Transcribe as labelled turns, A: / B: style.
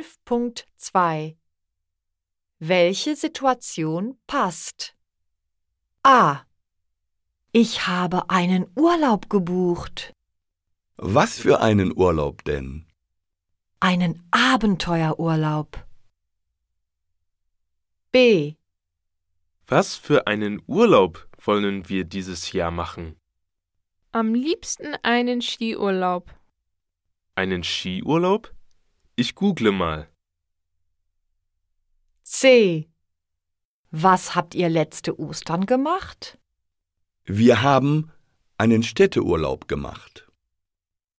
A: 5.2 Welche Situation passt? A. Ich habe einen Urlaub gebucht.
B: Was für einen Urlaub denn?
A: Einen Abenteuerurlaub. B.
C: Was für einen Urlaub wollen wir dieses Jahr machen?
D: Am liebsten einen Skiurlaub.
C: Einen Skiurlaub? Ich google mal.
A: C. Was habt ihr letzte Ostern gemacht?
B: Wir haben einen Städteurlaub gemacht.